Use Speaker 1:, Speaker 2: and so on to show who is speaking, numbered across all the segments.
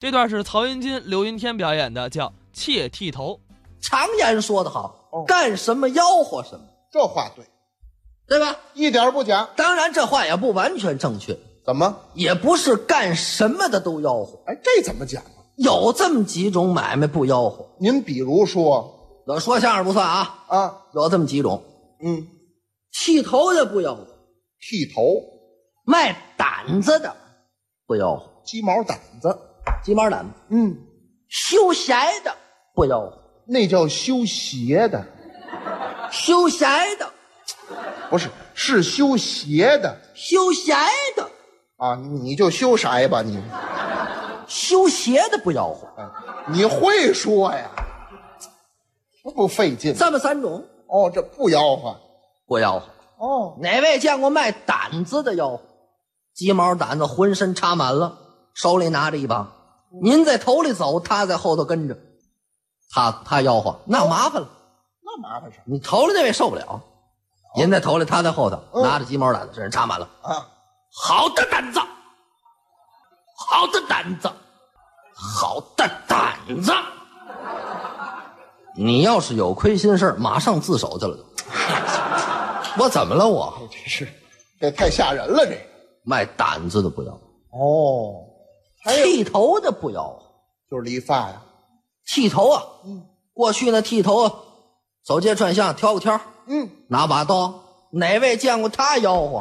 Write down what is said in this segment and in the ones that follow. Speaker 1: 这段是曹云金、刘云天表演的，叫《窃剃头
Speaker 2: 常言说得好，
Speaker 3: 哦
Speaker 2: 干什么吆喝什么，
Speaker 3: 这话对，
Speaker 2: 对吧？
Speaker 3: 一点儿不假。
Speaker 2: 当然，这话也不完全正确，
Speaker 3: 怎么？
Speaker 2: 也不是干什么的都吆喝，
Speaker 3: 哎，这怎么讲啊？
Speaker 2: 有这么几种买卖不吆喝。
Speaker 3: 您比如说
Speaker 2: 我说相声不算啊，
Speaker 3: 啊，
Speaker 2: 有这么几种：
Speaker 3: 嗯，
Speaker 2: 剃头的不吆喝，
Speaker 3: 剃头、
Speaker 2: 卖胆子的不吆喝，
Speaker 3: 鸡毛掸子，
Speaker 2: 鸡毛掸子；
Speaker 3: 嗯，
Speaker 2: 修鞋的不吆喝，
Speaker 3: 那叫修鞋的，
Speaker 2: 修鞋的，
Speaker 3: 不是是修鞋的
Speaker 2: 修鞋的，
Speaker 3: 啊！你就修啥吧你？
Speaker 2: 修鞋的不吆喝，
Speaker 3: 啊你会说呀？这不费劲
Speaker 2: 这么三种
Speaker 3: 哦，这不吆喝
Speaker 2: 不吆喝。
Speaker 3: 哦，
Speaker 2: 哪位见过卖胆子的吆喝？鸡毛掸子浑身插满了，手里拿着一把，您在头里走，他在后头跟着，他他吆喝，那麻烦了。
Speaker 3: 那麻烦啥
Speaker 2: 你头里那位受不了，您在头里，他在后头，
Speaker 3: 嗯
Speaker 2: 拿着鸡毛掸子，身上插满了。
Speaker 3: 啊？
Speaker 2: 好的胆子，好的胆子，好的胆子。你要是有亏心事儿马上自首去了就。 我怎么了我？
Speaker 3: 这是这太吓人了，这
Speaker 2: 卖胆子的不要，
Speaker 3: 哦，还有
Speaker 2: 剃头的不要，
Speaker 3: 就是理发呀，
Speaker 2: 剃头啊，
Speaker 3: 嗯
Speaker 2: 过去那剃头啊，走街串巷挑个挑儿，
Speaker 3: 嗯，
Speaker 2: 拿把刀，哪位见过他吆喝？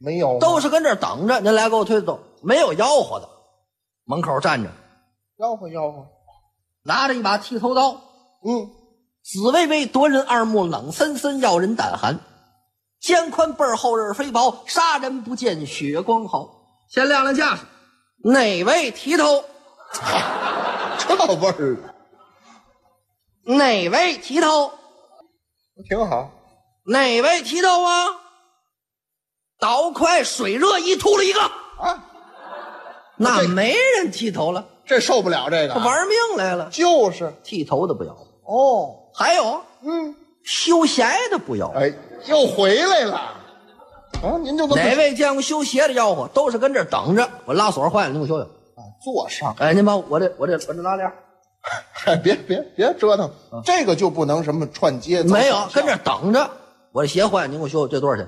Speaker 3: 没有
Speaker 2: 都
Speaker 3: 是
Speaker 2: 是跟这儿等着，您来给我推走，没有吆喝的，门口站着，
Speaker 3: 吆喝吆喝，
Speaker 2: 拿着一把剃头刀，
Speaker 3: 嗯，
Speaker 2: 紫薇薇夺人二目，冷森森要人胆寒，肩宽背儿厚刃儿飞薄，杀人不见血光豪。先亮亮架势，哪位提头？
Speaker 3: 这味儿啊
Speaker 2: 哪位提头？
Speaker 3: 挺好。
Speaker 2: 哪位提到啊？倒快水热一秃了一个，啊
Speaker 3: 啊，
Speaker 2: 那
Speaker 3: 这
Speaker 2: 没人剃头了，
Speaker 3: 这受不了这个
Speaker 2: 他
Speaker 3: 啊，
Speaker 2: 玩命来了。
Speaker 3: 就是
Speaker 2: 剃头的不要，
Speaker 3: 哦，
Speaker 2: 还有
Speaker 3: 嗯，
Speaker 2: 修鞋的不要。
Speaker 3: 哎，又回来了啊！您就这么
Speaker 2: 哪位见过修鞋的吆喝？都是跟这儿等着，我拉锁坏了，你给我修修。
Speaker 3: 啊坐上，
Speaker 2: 哎，您把我这我这我这拉链儿
Speaker 3: 哎别别别折腾，这个就不能什么串街，
Speaker 2: 嗯没有，跟这
Speaker 3: 这
Speaker 2: 儿等着，我这鞋坏了，您给我修修，这多少钱？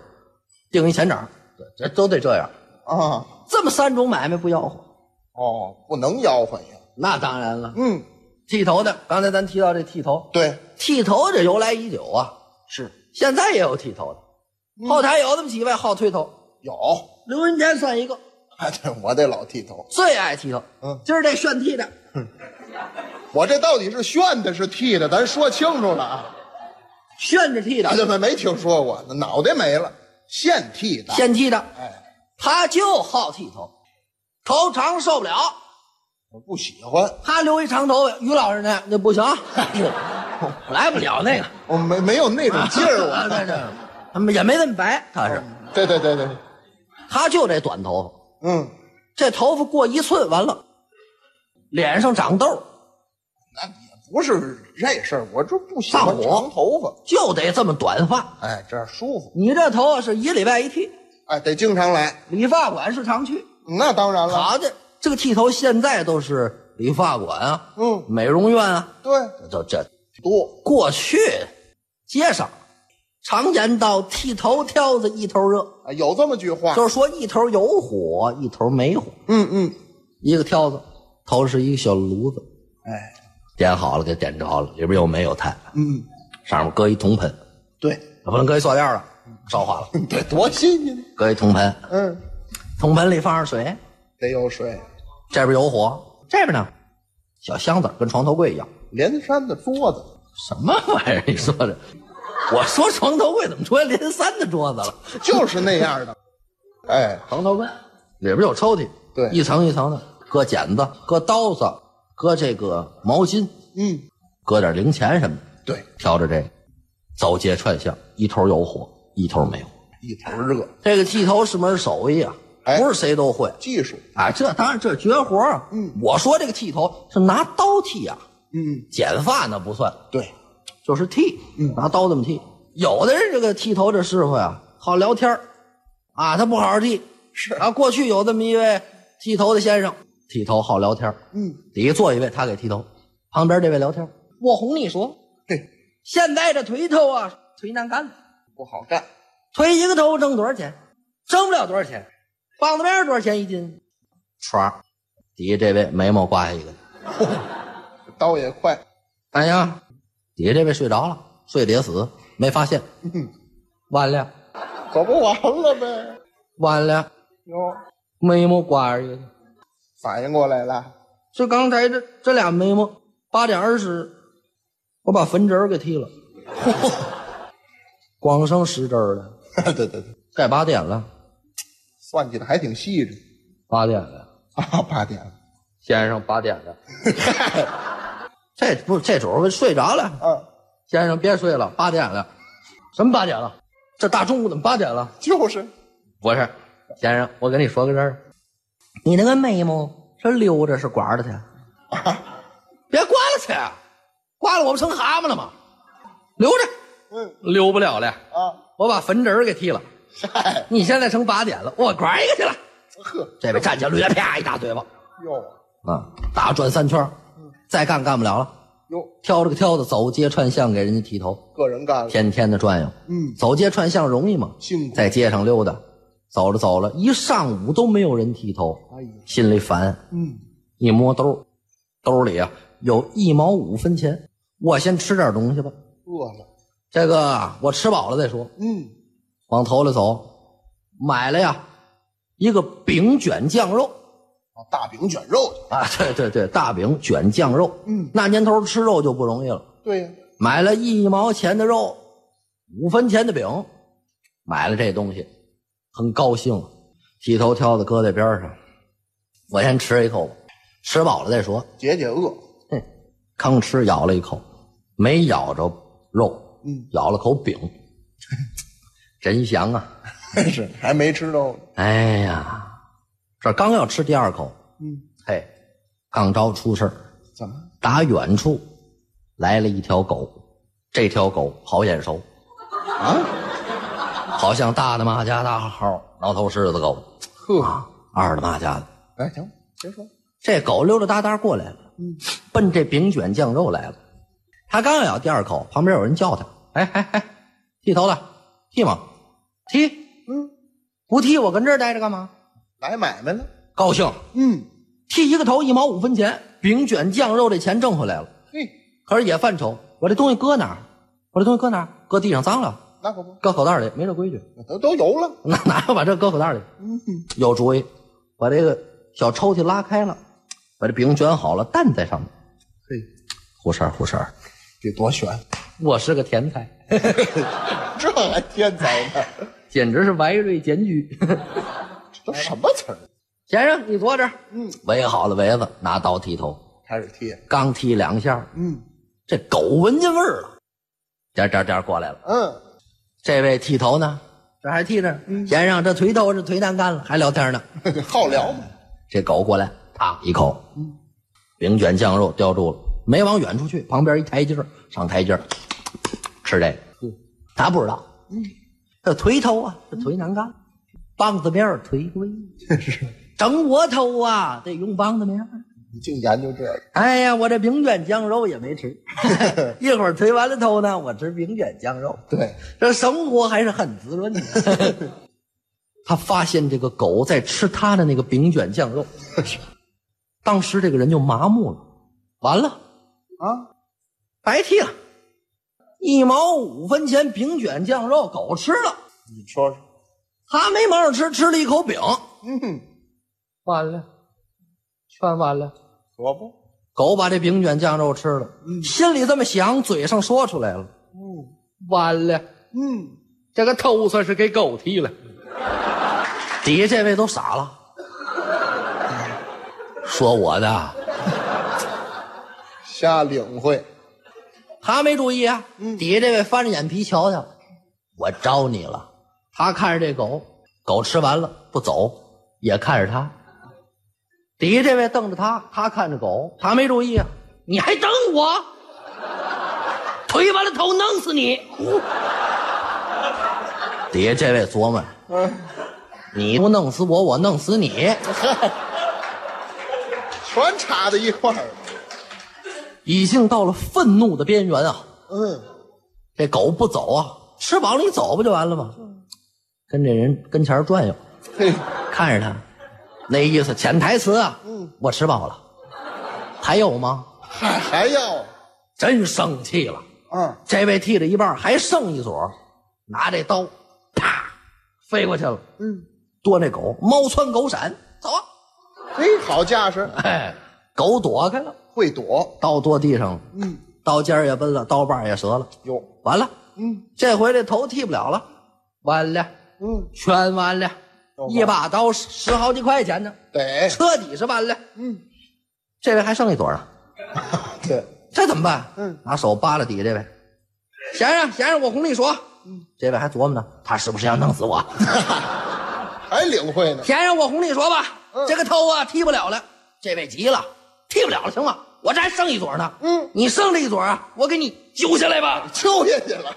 Speaker 2: 定一钱整儿，对这都得这样。
Speaker 3: 啊，
Speaker 2: 这么三种买卖不吆喝，
Speaker 3: 哦，不能吆喝呀，
Speaker 2: 那当然了。
Speaker 3: 嗯，
Speaker 2: 剃头的，刚才咱提到这剃头，
Speaker 3: 对，
Speaker 2: 剃头这由来已久啊，
Speaker 3: 是
Speaker 2: 现在也有剃头的，后台有这么几位好剃头，
Speaker 3: 有，
Speaker 2: 刘云天算一个，
Speaker 3: 哎，对我得老剃头，
Speaker 2: 最爱剃头。
Speaker 3: 嗯
Speaker 2: 今儿这炫剃的，
Speaker 3: 我这到底是炫的，是剃的，咱说清楚了啊，
Speaker 2: 炫着剃的
Speaker 3: 哎，，对没没听说过，脑袋没了，现剃的，
Speaker 2: 现剃的，
Speaker 3: 哎，
Speaker 2: 他就好剃头，头长受不了，
Speaker 3: 我不喜欢，
Speaker 2: 他留一长头发。于老师那那不行，啊 来不了那个，
Speaker 3: 我哦没没有那种劲儿，
Speaker 2: 啊对
Speaker 3: 我，
Speaker 2: 对，他们也没那么白，他是，
Speaker 3: 对对对对，
Speaker 2: 他就这短头发，
Speaker 3: 嗯。
Speaker 2: 这头发过一寸完了，脸上长痘，
Speaker 3: 那也不是这事儿，我这不喜
Speaker 2: 上
Speaker 3: 欢
Speaker 2: 火
Speaker 3: 长头发，
Speaker 2: 就得这么短发。
Speaker 3: 哎，这样舒服，
Speaker 2: 你这头发是一礼拜一剃，
Speaker 3: 哎，得经常来。
Speaker 2: 理发馆是常去。
Speaker 3: 那当然了，
Speaker 2: 好的，这个剃头现在都是理发馆啊，
Speaker 3: 嗯，
Speaker 2: 美容院啊，
Speaker 3: 对，
Speaker 2: 这这
Speaker 3: 多
Speaker 2: 过去街上常言道“剃头挑子一头热
Speaker 3: 啊，有这么句”，话，
Speaker 2: 就是说一头有火，一头没火。
Speaker 3: 嗯嗯，
Speaker 2: 一个挑子头是一个小炉子，
Speaker 3: 哎，
Speaker 2: 点好了给点着了，里边有煤有炭，
Speaker 3: 嗯，
Speaker 2: 上面搁一铜盆，
Speaker 3: 对，
Speaker 2: 不能搁一塑料的，烧化了。
Speaker 3: 嗯对，多新鲜，
Speaker 2: 搁一铜盆，
Speaker 3: 嗯，
Speaker 2: 铜盆里放上水，
Speaker 3: 得有水，
Speaker 2: 这边有火，这边呢，小箱子跟床头柜一样。
Speaker 3: 连山的桌子，
Speaker 2: 什么玩意儿？你说这？我说床头柜怎么出来连三的桌子了？
Speaker 3: 就是那样的， 哎，
Speaker 2: 床头柜里边有抽屉，
Speaker 3: 对
Speaker 2: 一层一层的，搁剪子，搁刀子，搁这个毛巾，
Speaker 3: 嗯，
Speaker 2: 搁点零钱什么的，
Speaker 3: 对，
Speaker 2: 挑着这个，走街串巷，一头有火，一头没火。
Speaker 3: 一头热，
Speaker 2: 这个剃头是门手艺啊，
Speaker 3: 哎
Speaker 2: 不是谁都会。
Speaker 3: 技术，
Speaker 2: 啊，这当然这绝活啊。嗯，我说这个剃头是拿刀剃啊，
Speaker 3: 嗯，
Speaker 2: 剪发那不算，
Speaker 3: 对，
Speaker 2: 就是剃，拿刀这么剃。有的人这个剃头这师傅呀，好聊天儿啊，他不好好剃。
Speaker 3: 是
Speaker 2: 啊，过去有这么一位剃头的先生，剃头好聊天儿
Speaker 3: 嗯，
Speaker 2: 底下坐一位，他给剃头，旁边这位聊天儿。我哄你说，
Speaker 3: 嘿，
Speaker 2: 现在这腿头啊，忒难干了，
Speaker 3: 不好干。
Speaker 2: 推一个头挣多少钱？挣不了多少钱，棒子面儿多少钱一斤？唰，底下这位眉毛刮下一个，
Speaker 3: 刀也快，
Speaker 2: 哎呀，底下这位睡着了，睡得也死，没发现，完了
Speaker 3: 可不完了呗。
Speaker 2: 完了，
Speaker 3: 哟，
Speaker 2: 眉毛刮一个，
Speaker 3: 反应过来了，
Speaker 2: 这刚才这这俩眉毛八点二十，我把坟侄儿给剃了，光剩十根儿了，
Speaker 3: 对对对，
Speaker 2: 该八点了，
Speaker 3: 算计的还挺细致
Speaker 2: 八点了。
Speaker 3: 啊。八点了，
Speaker 2: 先生八点了，这不这主儿睡着了。
Speaker 3: 啊，
Speaker 2: 先生别睡了，八点了，什么八点了？这大中午怎么八点了？
Speaker 3: 就是
Speaker 2: 不是，先生，我跟你说个事儿，你那个眉毛是溜着是刮的去？ 别刮了去，刮了我不成蛤蟆了吗？留着，
Speaker 3: 嗯
Speaker 2: 留不了了，
Speaker 3: 啊，
Speaker 2: 我把坟侄儿给剃了。
Speaker 3: 嗨，
Speaker 2: 你现在成八点了，我刮一个去了。
Speaker 3: 呵，
Speaker 2: 这位站起来，捋了啪一大嘴巴，
Speaker 3: 哟
Speaker 2: 啊，打转三圈儿，再干干不了了。
Speaker 3: 哟，
Speaker 2: 挑着个挑子走街串巷给人家剃头，
Speaker 3: 个人干了，
Speaker 2: 天天的转悠。
Speaker 3: 嗯，
Speaker 2: 走街串巷容易吗？
Speaker 3: 辛苦，
Speaker 2: 在街上溜达，走着走着，一上午都没有人剃头，
Speaker 3: 哎呀，
Speaker 2: 心里烦。
Speaker 3: 嗯，
Speaker 2: 一摸兜，兜里啊有一毛五分钱，我先吃点东西吧。
Speaker 3: 饿了，
Speaker 2: 这个我吃饱了再说。
Speaker 3: 嗯，
Speaker 2: 往头里走，买了呀一个饼卷酱肉
Speaker 3: 啊，大饼卷肉去，
Speaker 2: 啊，对对对，大饼卷酱肉。
Speaker 3: 嗯，
Speaker 2: 那年头吃肉就不容易了，
Speaker 3: 对呀，
Speaker 2: 买了一毛钱的肉，五分钱的饼，买了这东西，很高兴，剃头挑子搁在边上，我先吃一口吧，吃饱了再说。
Speaker 3: 解解饿，
Speaker 2: 哼，吭哧咬了一口，没咬着肉，
Speaker 3: 嗯，
Speaker 2: 咬了口 饼，真香啊！
Speaker 3: 真 是还没吃着呢，
Speaker 2: 哎呀，这刚要吃第二口，
Speaker 3: 嗯，
Speaker 2: 嘿，刚着出事儿，
Speaker 3: 怎么？
Speaker 2: 打远处来了一条狗，这条狗好眼熟。
Speaker 3: 啊，
Speaker 2: 好像大的马家大号挠头狮子狗，
Speaker 3: 呵，
Speaker 2: 二的马家的。
Speaker 3: 哎，行，别说，
Speaker 2: 这狗溜溜达达过来了，
Speaker 3: 嗯，
Speaker 2: 奔这饼卷酱肉来了。他刚要咬第二口，旁边有人叫他：“哎哎哎，剃头的，剃吗？剃，
Speaker 3: 嗯，
Speaker 2: 不剃我跟这儿待着干嘛？”
Speaker 3: 来买卖了，
Speaker 2: 高兴，
Speaker 3: 嗯，
Speaker 2: 剃一个头一毛五分钱，饼卷酱肉这钱挣回来了。
Speaker 3: 嘿，
Speaker 2: 可是也犯愁，我这东西搁哪儿？我这东西搁哪儿？搁地上脏了，
Speaker 3: 那可不，
Speaker 2: 搁口袋里，没这规矩，
Speaker 3: 都都有了，
Speaker 2: 哪哪有把这搁口袋里？
Speaker 3: 嗯，
Speaker 2: 有主意，把这个小抽屉拉开了，把这饼卷好了，蛋在上面。
Speaker 3: 嘿，
Speaker 2: 胡婶儿，胡婶儿，
Speaker 3: 这多悬，
Speaker 2: 我是个甜菜，
Speaker 3: 这还天才呢，
Speaker 2: 简直是歪瑞检举。
Speaker 3: 这都什么词儿？
Speaker 2: 先生，你坐这儿。
Speaker 3: 嗯，
Speaker 2: 围好了围子，拿刀剃头，
Speaker 3: 开始贴，
Speaker 2: 刚剃两下，
Speaker 3: 嗯
Speaker 2: 这狗闻见味儿了，颠儿颠儿颠儿过来了。
Speaker 3: 嗯，
Speaker 2: 这位剃头呢？这还剃着。嗯先生，这腿头是腿难干了，还聊天呢。
Speaker 3: 好聊嘛，
Speaker 2: 这狗过来，啪一口，饼卷酱肉叼住了，没往远处去，旁边一台阶儿上台阶儿吃这个，他不知道，这腿头啊，这腿难干，棒子面儿腿贵，整我头啊，得用棒子面儿。
Speaker 3: 你净研究这个，
Speaker 2: 哎呀，我这饼卷酱肉也没 吃，一会儿推完了头呢，我吃饼卷酱肉，
Speaker 3: 对，
Speaker 2: 这生活还是很滋润的。 他发现这个狗在吃他的那个饼卷酱 肉，当时这个人就麻木了，完了，
Speaker 3: 啊，
Speaker 2: 白剃了，一毛五分钱饼卷酱肉，狗吃了，
Speaker 3: 你说说，
Speaker 2: 他没忙着吃，吃了一口饼，
Speaker 3: 嗯，
Speaker 2: 完了，全完了。
Speaker 3: 可不，
Speaker 2: 狗把这饼卷酱肉吃了，心里这么想，嘴上说出来了，
Speaker 3: 嗯
Speaker 2: 完了，
Speaker 3: 嗯，
Speaker 2: 这个头算是给狗剃了。底下这位都傻了，说我的，
Speaker 3: 瞎领会，
Speaker 2: 他没注意啊。底下这位翻着眼皮瞧瞧，我招你了。他看着这狗，狗吃完了不走，也看着他。底下这位瞪着他，他看着狗，他没注意啊。你还瞪我？ 推完了头弄死你！ 底下这位琢磨，你不弄死我，我弄死你。
Speaker 3: 全插在一块儿了。
Speaker 2: 已经到了愤怒的边缘啊！
Speaker 3: 嗯，
Speaker 2: 这狗不走啊，吃饱了你走不就完了吗？
Speaker 3: 嗯
Speaker 2: 跟这人跟前儿转悠，
Speaker 3: 嘿，
Speaker 2: 看着他，那意思潜台词啊。
Speaker 3: 嗯，
Speaker 2: 我吃饱了，还有吗？
Speaker 3: 还还要，
Speaker 2: 真生气了，
Speaker 3: 嗯，
Speaker 2: 这位剃了一半，还剩一撮，拿这刀，啪，飞过去了，
Speaker 3: 嗯，
Speaker 2: 剁那狗，猫窜狗闪，走啊！
Speaker 3: 嘿，好架势，
Speaker 2: 哎，狗躲开了，
Speaker 3: 会躲。
Speaker 2: 刀剁地上了，
Speaker 3: 嗯，
Speaker 2: 刀尖儿也崩了，刀把儿也折了，
Speaker 3: 有，
Speaker 2: 完了，
Speaker 3: 嗯
Speaker 2: 这回这头剃不了了，完了，
Speaker 3: 嗯，
Speaker 2: 全完了，
Speaker 3: 都完
Speaker 2: 一把刀十十好几块钱呢，
Speaker 3: 得，
Speaker 2: 彻底是完了。
Speaker 3: 嗯，
Speaker 2: 这位还剩一撮啊，
Speaker 3: 对，
Speaker 2: 这怎么办？
Speaker 3: 嗯，
Speaker 2: 拿手扒拉底下这位，先生，先生，我哄你说，嗯，这位还琢磨呢，他是不是要弄 死我？
Speaker 3: 还领会呢。
Speaker 2: 先生，我哄你说吧，
Speaker 3: 嗯
Speaker 2: 这个头啊剃不了了。这位急了，剃不了了，行吗？我这还剩一撮呢，
Speaker 3: 嗯，
Speaker 2: 你剩这一撮啊，我给你揪下来吧。
Speaker 3: 揪下去了。